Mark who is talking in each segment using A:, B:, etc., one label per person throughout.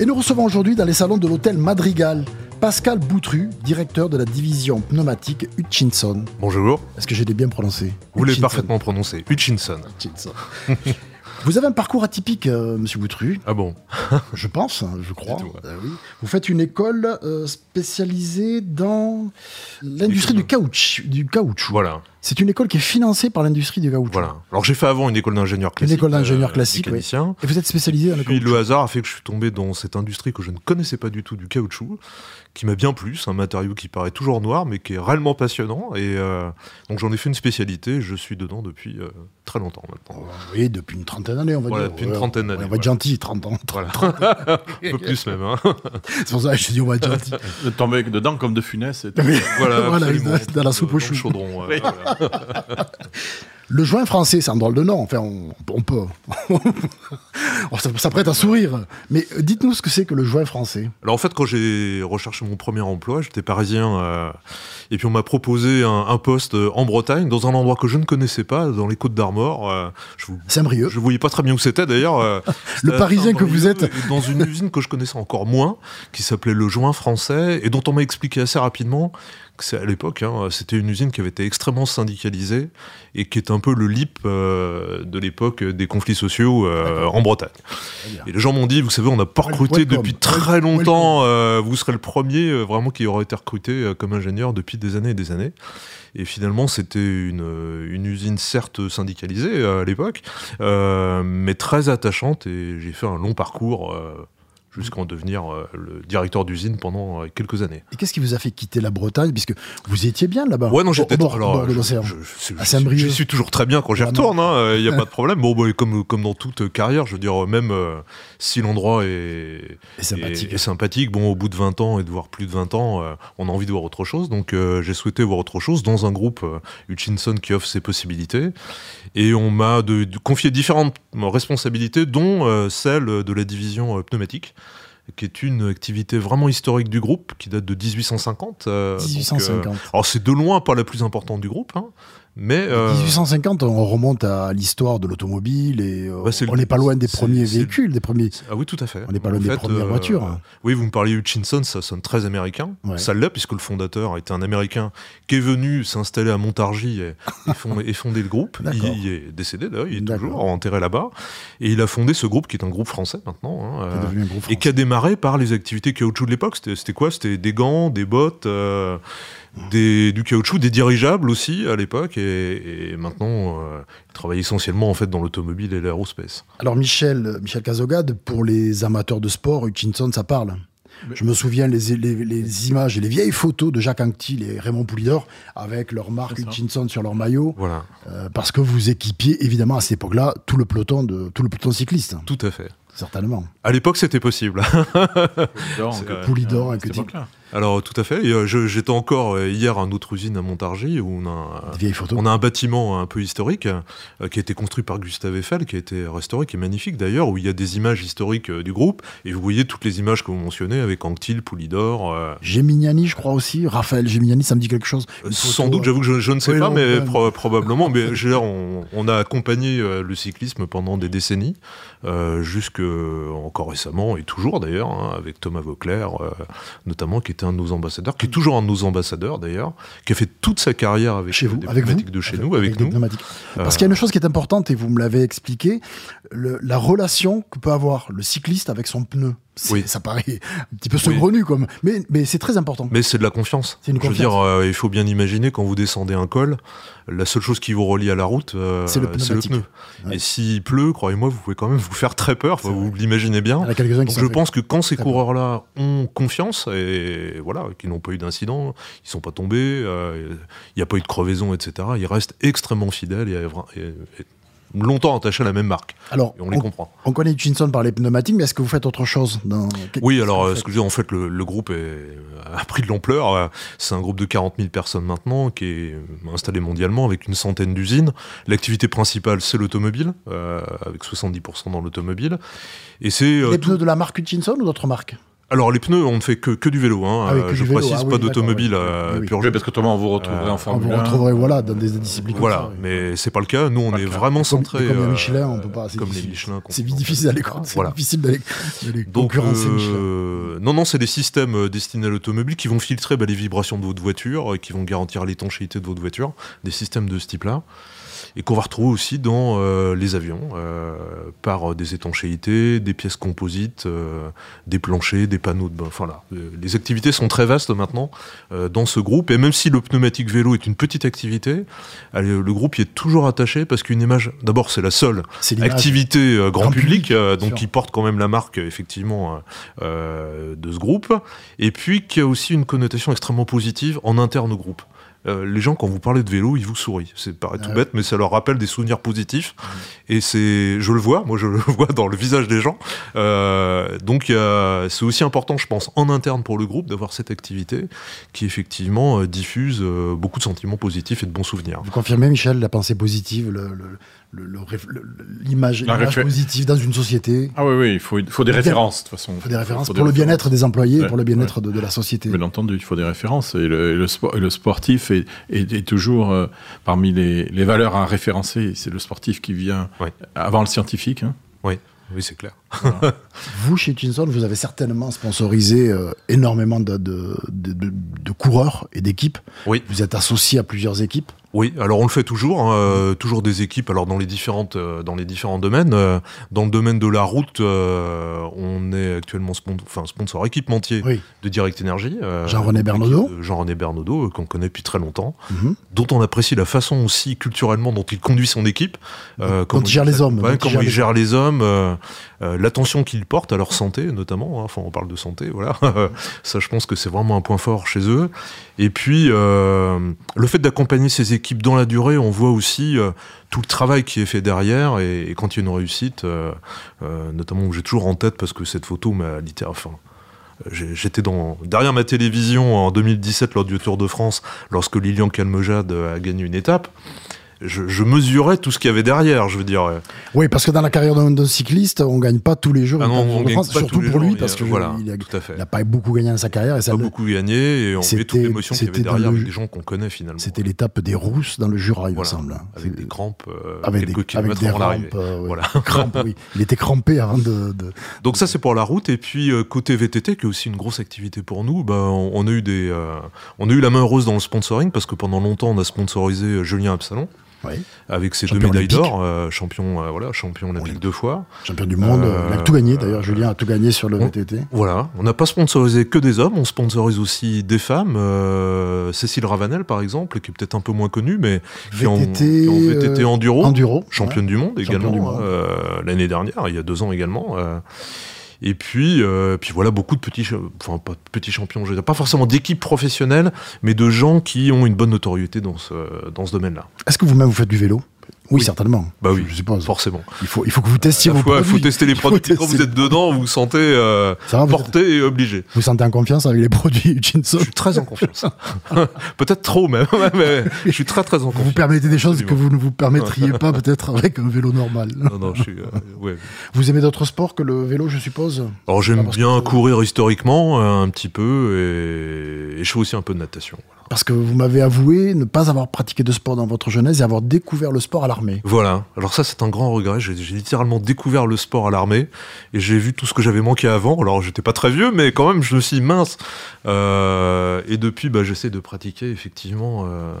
A: Et nous recevons aujourd'hui dans les salons de l'hôtel Madrigal Pascal Boutru, directeur de la division pneumatique Hutchinson.
B: Bonjour.
A: Est-ce que je l'ai bien prononcé
B: Vous l'avez parfaitement prononcé. Hutchinson.
A: Hutchinson. Vous avez un parcours atypique, euh, Monsieur Boutru.
B: Ah bon
A: Je pense, hein, je crois. Euh, oui. Vous faites une école euh, spécialisée dans l'industrie du, caoutch, du caoutchouc.
B: Voilà.
A: C'est une école qui est financée par l'industrie du caoutchouc.
B: Voilà. Alors j'ai fait avant une école d'ingénieur classique. euh,
A: Une école d'ingénieur classique, oui.
B: mécanicien.
A: Et vous êtes spécialisé dans le
B: Puis
A: caoutchouc.
B: le hasard a fait que je suis tombé dans cette industrie que je ne connaissais pas du tout du caoutchouc, qui m'a bien plu. C'est un matériau qui paraît toujours noir, mais qui est réellement passionnant. Et euh, donc j'en ai fait une spécialité. Je suis dedans depuis euh, très longtemps maintenant.
A: Oui, depuis une trentaine d'années, on va
B: Voilà,
A: dire.
B: depuis une
A: Ouais,
B: trentaine
A: ouais,
B: d'années,
A: On va être
B: voilà.
A: gentil, 30 ans.
B: Voilà. un peu plus même. hein.
A: C'est pour ça que je dis on va être gentil.
C: De tomber dedans comme de funès. et tout.
A: Mais-
B: Voilà.
A: Voilà,
B: absolument.
A: dans la soupe aux
B: Dans
A: choux.
B: le chaudron, euh, voilà.
A: Le joint français, c'est un drôle de nom. Enfin, on, on peut. Oh, on s- s'apprête à sourire. Mais euh, dites-nous ce que c'est que le joint français.
B: Alors en fait, quand j'ai recherché mon premier emploi, j'étais parisien, euh, et puis on m'a proposé un, un poste euh, en Bretagne, dans un endroit que je ne connaissais pas, dans les Côtes d'Armor. euh, je vous
A: Saint-Brieuc.
B: je voyais pas très bien où c'était d'ailleurs. euh, c'était à
A: Parisien que vous
B: Saint-Brieuc,
A: êtes.
B: et Dans une usine que je connaissais encore moins, qui s'appelait Le Joint Français, et dont on m'a expliqué assez rapidement que c'est à l'époque, hein, c'était une usine qui avait été extrêmement syndicalisée et qui est un peu le LIP euh, de l'époque des conflits sociaux euh, en Bretagne.
A: bien.
B: Et les gens m'ont dit, vous savez, on n'a pas
A: Wel-
B: recruté
A: welcome.
B: depuis très
A: Wel-
B: longtemps, euh, vous serez le premier euh, vraiment qui aura été recruté euh, comme ingénieur depuis des années et des années. Et finalement, c'était une, euh, une usine certes syndicalisée euh, à l'époque, euh, mais très attachante. Et j'ai fait un long parcours euh, jusqu'en devenir euh, le directeur d'usine pendant euh, quelques années.
A: Et qu'est-ce qui vous a fait quitter la Bretagne Puisque vous y étiez bien là-bas.
B: Ouais, non,
A: Au- au
B: j'étais
A: Ah, bord, au
B: alors,
A: bord de
B: je-
A: l'océan.
B: je- je-
A: À
B: je-
A: Saint-Brieuc.
B: J'y suis toujours très bien quand j'y
A: Ah non.
B: retourne, il n'y a pas de problème. Bon, bah, comme, comme dans toute carrière, je veux dire, même euh, si l'endroit est,
A: Et sympathique.
B: et, et sympathique. Bon, au bout de 20 ans et de voir plus de 20 ans, euh, on a envie de voir autre chose. Donc, euh, j'ai souhaité voir autre chose dans un groupe euh, Hutchinson qui offre ses possibilités. Et on m'a de- de- confié différentes euh, responsabilités, dont euh, celle de la division euh, pneumatique qui est une activité vraiment historique du groupe, qui date de 1850. euh, donc, euh,
A: 1850.
B: alors c'est de loin pas la plus importante du groupe, hein, mais... euh,
A: 1850, on remonte à l'histoire de l'automobile et euh,
B: Bah, c'est le-
A: on n'est pas loin des
B: c'est-
A: premiers
B: c'est-
A: véhicules, des premiers.
B: Ah oui, tout à fait.
A: On n'est pas
B: En
A: loin des
B: fait,
A: premières
B: euh,
A: voitures. hein.
B: Oui, vous me parlez Hutchinson, ça sonne très américain.
A: Ouais.
B: Ça l'est, puisque le fondateur était un américain qui est venu s'installer à Montargis et, et fond- et fonder le groupe. Il,
A: D'accord.
B: il est décédé d'ailleurs, il est
A: D'accord.
B: toujours enterré là-bas. Et il a fondé ce groupe qui est un groupe français maintenant. hein,
A: C'est
B: euh,
A: devenu un groupe
B: et qui a démarré par les activités caoutchouc de l'époque. C'était c'était quoi C'était des gants, des bottes, euh, des, du caoutchouc, des dirigeables aussi à l'époque. Et, et maintenant, euh, il travaille essentiellement en fait dans l'automobile et l'aérospace.
A: Alors Michel, euh, Michel Cazogade, pour les amateurs de sport, Hutchinson, ça parle. Je me souviens les, les- les images et les vieilles photos de Jacques Anquetil et Raymond Poulidor avec leur marque
C: C'est ça.
A: Hutchinson sur leur maillot,
B: Voilà,
A: euh, parce que vous équipiez évidemment à cette époque-là tout le peloton de tout le peloton cycliste, hein,
B: tout à fait.
A: certainement.
B: À l'époque, c'était possible.
C: Donc,
B: C'est,
C: euh,
A: euh, Poulidor,
C: euh,
A: et que
C: c'était
A: dit-
C: pas clair.
B: Alors tout à fait. Et, euh, je- J'étais encore euh, hier à notre usine à Montargis où on a, un-
A: Des vieilles photos.
B: on a un bâtiment un peu historique euh, qui a été construit par Gustave Eiffel, qui a été restauré, qui est magnifique d'ailleurs, où il y a des images historiques euh, du groupe. Et vous voyez toutes les images que vous mentionnez avec Anctil, Poulidor. euh,
A: Geminiani, je crois aussi. Raphaël Geminiani, ça me dit quelque chose. Une
B: sans
A: photo,
B: doute, j'avoue que je, je ne sais
A: Oui,
B: pas,
A: non,
B: mais
A: ouais.
B: pro- probablement. Mais je veux dire, on, on a accompagné euh, le cyclisme pendant des décennies, euh, jusque encore récemment et toujours d'ailleurs, hein, avec Thomas Vauclair, euh, notamment, qui était un de nos ambassadeurs, qui est toujours un de nos ambassadeurs d'ailleurs, qui a fait toute sa carrière avec
A: chez
B: euh,
A: vous,
B: des
A: avec vous,
B: pneumatiques de chez nous, avec,
A: des
B: nous. Euh.
A: pneumatiques. Parce qu'il y a une chose qui est importante et vous me l'avez expliqué, le- la relation que peut avoir le cycliste avec son pneu. C'est-
B: Oui.
A: Ça paraît un petit peu saugrenu comme, mais mais c'est très important.
B: Mais c'est de la confiance.
A: C'est une
B: Je veux
A: confiance.
B: dire, euh, il faut bien imaginer quand vous descendez un col, la seule chose qui vous relie à la route, euh,
A: C'est le pneumatique.
B: pneu.
A: Ouais.
B: Et s'il pleut, croyez-moi, vous pouvez quand même vous faire très peur. Enfin,
A: C'est vrai.
B: vous l'imaginez bien.
A: Il y en a quelques-uns qui
B: Donc
A: sont
B: je
A: fait-
B: pense que quand ces
A: Très bien.
B: coureurs-là ont confiance et voilà, qu'ils n'ont pas eu d'incident, ils sont pas tombés, euh, il n'y a pas eu de crevaison, etc. Ils restent extrêmement fidèles et, et- et longtemps attachés à la même marque.
A: Alors,
B: Et on les
A: on,
B: comprend.
A: on connaît Hutchinson par les pneumatiques, mais est-ce que vous faites autre chose dans... qu'est-
B: Oui,
A: qu'est-ce
B: alors
A: que vous
B: euh, ce que je veux dire, en fait, le, le groupe est- a pris de l'ampleur. Euh, C'est un groupe de 40 000 personnes maintenant qui est euh, installé mondialement avec une centaine d'usines. L'activité principale, c'est l'automobile, euh, avec 70% dans l'automobile. Et c'est euh,
A: faites les
B: tout-
A: pneus de la marque Hutchinson ou d'autres marques
B: alors les pneus, on ne fait que, que du vélo. hein.
A: Ah oui,
B: Euh,
A: que du
B: je
A: vélo,
B: précise
A: ah oui,
B: pas
A: d'accord,
B: d'automobile
A: ouais.
B: euh,
A: Oui, oui.
B: pure
C: Oui, parce que autrement, vous retrouverez
B: Euh,
C: en
A: On vous
C: Formule 1.
A: retrouverez voilà, dans des disciplines
B: Voilà,
A: comme ça. oui.
B: mais c'est pas le cas. Nous, on
C: Pas
B: est
C: le cas.
B: vraiment centré.
A: comme les
B: euh,
A: Michelin, on peut pas, c'est
B: Comme les
A: difficile.
B: Michelin. qu'on-
A: C'est difficile d'aller con- c'est
B: Voilà.
A: difficile d'aller d'aller
B: Donc,
A: concurrencer
B: euh,
A: Michelin.
B: non, non, c'est des systèmes euh, destinés à l'automobile qui vont filtrer bah, les vibrations de votre voiture, euh, qui vont garantir l'étanchéité de votre voiture, des systèmes de ce type-là, et qu'on va retrouver aussi dans euh, les avions, euh, par euh, des étanchéités, des pièces composites, euh, des planchers, des panneaux de bain. Enfin, là, euh, les activités sont très vastes maintenant euh, dans ce groupe, et même si le pneumatique vélo est une petite activité, elle, euh, le groupe y est toujours attaché parce qu'une image, d'abord, c'est la seule
A: C'est l'image.
B: activité euh, grand,
A: Grand
B: public,
A: public,
B: euh,
A: bien
B: donc
A: sûr.
B: qui porte quand même la marque euh, effectivement euh, euh, de ce groupe, et puis qui a aussi une connotation extrêmement positive en interne au groupe. Euh, les gens, quand vous parlez de vélo, ils vous sourient. C'est paraît tout
A: Ah ouais.
B: bête, mais ça leur rappelle des souvenirs positifs. Et c'est, je le vois, moi je le vois dans le visage des gens. Euh, donc euh, c'est aussi important, je pense, en interne pour le groupe d'avoir cette activité qui effectivement euh, diffuse euh, beaucoup de sentiments positifs et de bons souvenirs.
A: Vous confirmez, Michel, la pensée positive, le- le- le- le réf- le- le- l'image
C: La
A: l'image
C: réfé-
A: positive dans une société.
C: Ah oui, oui, il faut, il faut des
A: Bien-
C: références, de toute façon.
A: Il faut des références
C: Faut
A: pour le
C: références.
A: bien-être des employés,
C: Ouais,
A: pour le bien-être de, de la société.
C: Bien entendu, il faut des références. Et le, et le spo- et le sportif est, est- est toujours euh, parmi les, les valeurs à référencer. C'est le sportif qui vient
B: Ouais.
C: avant le scientifique. hein.
B: Oui, c'est clair.
A: Vous, chez Hutchinson, vous avez certainement sponsorisé euh, énormément de, de- de- de- de coureurs et d'équipes.
B: Oui.
A: Vous êtes associé à plusieurs équipes.
B: Oui, alors on le fait toujours, hein, euh, toujours des équipes. Alors dans les différentes, euh, dans les différents domaines, euh, dans le domaine de la route, euh, on est actuellement spon- enfin, sponsor équipementier
A: Oui.
B: de Direct Energy. euh,
A: Jean-René
B: l'équipe
A: Bernaudot.
B: de Jean-René Bernaudot, euh, qu'on connaît depuis très longtemps,
A: Mhm.
B: dont on apprécie la façon aussi culturellement dont il conduit son équipe,
A: Dont
B: comment
A: il gère les
B: traite-
A: hommes,
B: ouais,
A: dont il
B: comment
A: gère
B: il
A: les-
B: gère les hommes, euh, euh, l'attention qu'il porte à leur santé notamment. hein. enfin, on parle de santé, voilà. Ça, je pense que c'est vraiment un point fort chez eux. Et puis, euh, le fait d'accompagner ces équipes dans la durée, on voit aussi euh, tout le travail qui est fait derrière. Et, et quand il y a une réussite, euh, euh, notamment que j'ai toujours en tête parce que cette photo m'a littéralement. Enfin, euh, j'ai- J'étais dans, derrière ma télévision en 2017 lors du Tour de France, lorsque Lilian Calmejade euh, a gagné une étape. Je, je mesurais tout ce qu'il y avait derrière, je veux dire.
A: Ah Oui, parce que dans la carrière d'un d'un cycliste, on gagne pas tous les jours.
B: Ah
A: une
B: non,
A: Coupe
B: on
A: de
B: gagne
A: France,
B: pas tous
A: surtout
B: les
A: pour
B: jours,
A: lui,
B: et,
A: parce que
B: euh, voilà,
A: il, a,
B: tout à fait.
A: il a pas beaucoup gagné dans sa carrière et ça
B: pas
A: le-
B: beaucoup gagné et on voyait toute
A: C'était-
B: l'émotion qu'il y avait
A: c'était dans
B: derrière
A: le-
B: avec des gens qu'on connaît finalement.
A: C'était l'étape des Rousses dans le Jura, il me
B: Voilà,
A: semble. hein.
B: avec des
A: C'est-
B: crampes, euh,
A: avec
B: quelques
A: Ah, des, avec
B: kilomètres
A: des
B: avant l'arrivée.
A: rampes. euh, ouais.
B: Voilà.
A: Crampes, oui. Il était crampé avant de. de-
B: Donc ça c'est pour la route et puis euh, côté VTT qui est aussi une grosse activité pour nous, bah, on, on a eu des, euh, on a eu la main heureuse dans le sponsoring parce que pendant longtemps on a sponsorisé euh, Julien Absalon
A: ouais.
B: avec ses
A: Champion
B: deux médailles
A: olympique.
B: d'or, euh, champion euh, voilà champion olympique deux fois.
A: Champion du monde,
B: Euh, oh,
A: il a tout gagné d'ailleurs. Julien a tout gagné sur le
B: on-
A: VTT.
B: Voilà, on n'a pas sponsorisé que des hommes, on sponsorise aussi des femmes. euh, Cécile Ravanel par exemple qui est peut-être un peu moins connue mais qui est en, qui est en VTT
A: euh,
B: enduro.
A: enduro,
B: championne du monde
A: Championne
B: également
A: du monde.
B: euh, l'année dernière, il y a deux ans également. euh. et puis, euh, puis voilà, beaucoup de petits, cha- enfin pas de petits champions, je veux dire, pas forcément d'équipes professionnelles, mais de gens qui ont une bonne notoriété dans ce, dans ce domaine-là.
A: ouais. Est-ce que vous-même vous faites du vélo oui, certainement.
B: Bah oui.
A: Je suppose.
B: Forcément.
A: Il faut, il faut que vous testiez
B: Il
A: vos
B: faut,
A: produits.
B: faut tester les
A: Il faut
B: produits. Quand
A: tester.
B: vous êtes dedans, vous vous sentez euh,
A: Ça va, vous, êtes-
B: porté et obligé.
A: vous sentez en confiance avec les produits Hutchinson.
B: Je suis très en confiance. Peut-être trop même, mais je suis très très en
A: Vous vous
B: confiance.
A: permettez des choses que
B: Absolument.
A: vous ne vous permettriez pas peut-être avec un vélo normal.
B: Non, non, je suis. euh, ouais.
A: Vous aimez d'autres sports que le vélo, je suppose
B: Alors
A: Ah,
B: j'aime
A: parce
B: bien
A: que-
B: courir historiquement euh, un petit peu et, et je fais aussi un peu de natation.
A: Parce que vous m'avez avoué ne pas avoir pratiqué de sport dans votre jeunesse et avoir découvert le sport à l'armée.
B: Voilà. Alors ça, c'est un grand regret. J'ai j'ai littéralement découvert le sport à l'armée et j'ai vu tout ce que j'avais manqué avant. Alors j'étais pas très vieux, mais quand même, je me suis dit, mince. Euh, et depuis, bah, j'essaie de pratiquer effectivement. euh,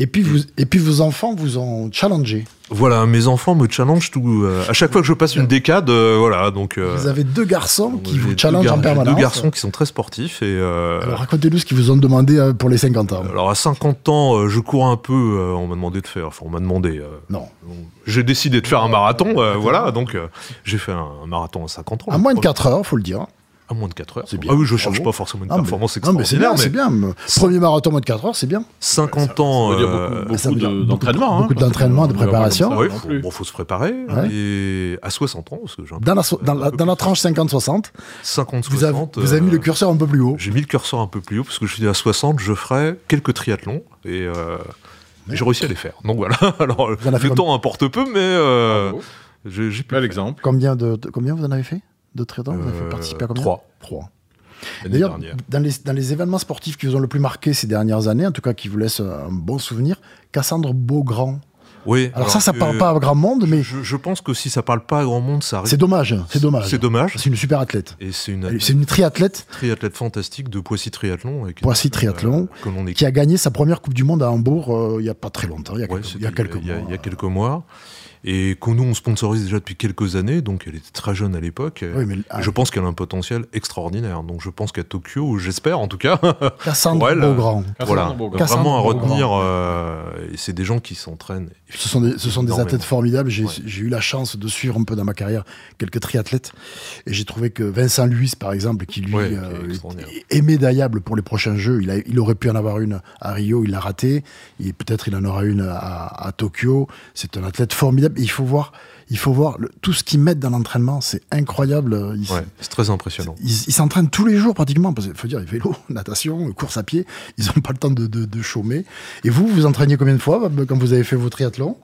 A: Et puis, vous, et puis vos enfants vous ont challengé.
B: Voilà, mes enfants me challengent tout. euh, à chaque fois que je passe une décade, euh, voilà. Donc euh,
A: Vous avez deux garçons
B: donc,
A: qui
B: j'ai
A: vous
B: deux
A: challengent
B: gar-
A: en
B: j'ai
A: permanence.
B: Deux garçons qui sont très sportifs et. euh,
A: Alors racontez-nous ce qu'ils vous ont demandé euh, pour les 50 ans.
B: alors à 50 ans, euh, je cours un peu. euh, on m'a demandé de faire. Enfin, on m'a demandé. euh,
A: Non.
B: j'ai décidé de faire un marathon. euh, voilà, donc euh, j'ai fait un, un marathon à 50 ans.
A: Ah, À
B: le
A: moins de
B: premier.
A: 4 heures, faut le dire.
B: à moins de 4 heures.
A: C'est bien.
B: Ah oui, je cherche
A: Bravo.
B: pas forcément une
A: Ah, mais-
B: performance
A: Non, mais c'est bien,
B: extraordinaire, mais,
A: c'est bien. Premier marathon moins de 4 heures, c'est bien.
B: 50
C: Ça
B: ans.
C: veut dire
B: euh,
C: beaucoup-
A: Ah, ça veut
C: beaucoup
A: dire
C: de-
A: beaucoup-
C: d'entraînement. hein,
A: beaucoup d'entraînement, de préparation.
B: oui,
C: non
B: faut,
C: plus.
B: bon, faut se préparer.
A: Ouais.
B: Et à 60 ans, parce que j'ai un peu-
A: Dans la, so- dans
B: un
A: la,
B: peu
A: dans la
B: plus.
A: tranche 50-60,
B: 50,
A: vous, avez-
B: 60,
A: vous avez mis
B: euh,
A: le curseur un peu plus haut.
B: J'ai mis le curseur un peu plus haut parce que je suis dit à 60, je ferai quelques triathlons et euh, j'ai réussi à les faire. Donc voilà, alors
A: en avez fait
B: le temps importe peu, mais euh,
C: Bravo.
B: j'ai j'ai pu.
C: Bel exemple.
A: Combien, de, de- combien vous en avez fait De triathlon Vous avez
B: Euh,
A: fait participer à combien
B: trois.
A: Trois.
C: L'année
A: D'ailleurs,
C: dernière.
A: dans les, dans les événements sportifs qui vous ont le plus marqué ces dernières années, en tout cas qui vous laissent un bon souvenir, Cassandre Beaugrand.
B: Oui.
A: Alors, ça, ça
B: que
A: parle pas à grand monde, mais
B: Je, je pense que si ça parle pas à grand monde, ça arrive.
A: c'est dommage. hein, C'est dommage.
B: Ah
A: Ah,
B: C'est dommage.
A: C'est une super athlète.
B: Et c'est une
A: Elle- C'est une triathlète
B: triathlète fantastique de Poissy Triathlon. et qui- euh,
A: Poissy Triathlon,
B: que l'on est-
A: qui a gagné sa première Coupe du Monde à Hambourg euh, il y a pas très longtemps, il y a
B: Ouais,
A: quelques, il
B: c'était
A: y a quelques
B: il y a-
A: mois.
B: il y a quelques mois. Et que nous, on sponsorise déjà depuis quelques années, donc elle était très jeune à l'époque.
A: Oui, mais ah,
B: Je pense qu'elle a un potentiel extraordinaire. Donc je pense qu'à Tokyo, j'espère en tout cas,
A: Cassandre
B: Ouais, là.
A: Beaugrand.
B: voilà,
C: Cassandre
A: Cassandre
B: vraiment à
A: Beaugrand.
B: retenir. euh, et c'est des gens qui s'entraînent.
A: Ce sont des, ce sont des
B: énormément.
A: athlètes formidables. J'ai
B: Ouais.
A: j'ai eu la chance de suivre un peu dans ma carrière quelques triathlètes. Et j'ai trouvé que Vincent Luis, par exemple, qui lui
B: Ouais, qui est
A: euh,
B: extraordinaire.
A: est, est médaillable pour les prochains Jeux, il, a- il aurait pu en avoir une à Rio, il l'a raté. Et peut-être il en aura une à, à Tokyo. C'est un athlète formidable. Et il faut voir, il faut voir le- tout ce qu'ils mettent dans l'entraînement. C'est incroyable. Ils-
B: Ouais, c'est très impressionnant.
A: Ils ils s'entraînent tous les jours pratiquement, parce qu'il faut dire, vélo, natation, course à pied, ils n'ont pas le temps de, de- de chômer. Et vous, vous entraîniez combien de fois Bob, quand vous avez fait vos triathlons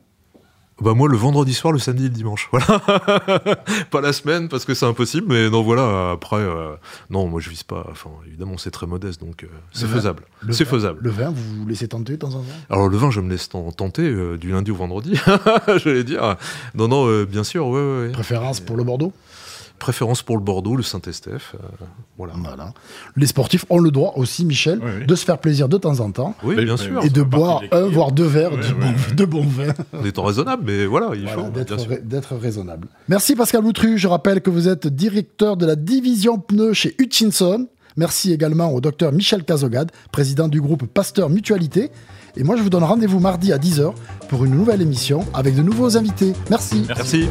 B: Bah moi, le vendredi soir, le samedi et le dimanche. Voilà. pas la semaine parce que c'est impossible, mais non, voilà. Après, euh, non, moi je vise pas. Enfin, évidemment, c'est très modeste, donc euh, c'est
A: Le vin-
B: faisable.
A: le
B: C'est
A: vin-
B: faisable.
A: Le vin, vous vous laissez tenter de temps en temps
B: Alors le vin, je me laisse ten- tenter euh, du lundi au vendredi, j'allais dire. Non, non, euh, bien sûr, ouais, ouais, ouais.
A: Préférence pour le Bordeaux
B: Préférence pour le Bordeaux, le Saint-Estèphe, euh, voilà.
A: Voilà. hein. Les sportifs ont le droit aussi, Michel,
C: Oui, oui.
A: de se faire plaisir de temps en temps
B: Oui,
C: Mais-
B: bien
C: mais-
B: sûr,
A: et
C: ça
A: de
C: fait partie
A: boire
C: de
A: un,
C: l'équilibre.
A: voire deux verres
C: Ouais,
A: du
C: ouais,
A: bon-
C: ouais.
A: de bon vin.
B: en étant raisonnable, mais voilà, il
A: Voilà,
B: faut, bien
A: d'être,
B: sûr.
A: ra- d'être raisonnable. Merci Pascal Boutru. Je rappelle que vous êtes directeur de la division pneus chez Hutchinson. Merci également au docteur Michel Cazogade, président du groupe Pasteur Mutualité. Et moi, je vous donne rendez-vous mardi à 10h pour une nouvelle émission avec de nouveaux invités. Merci.
B: Merci.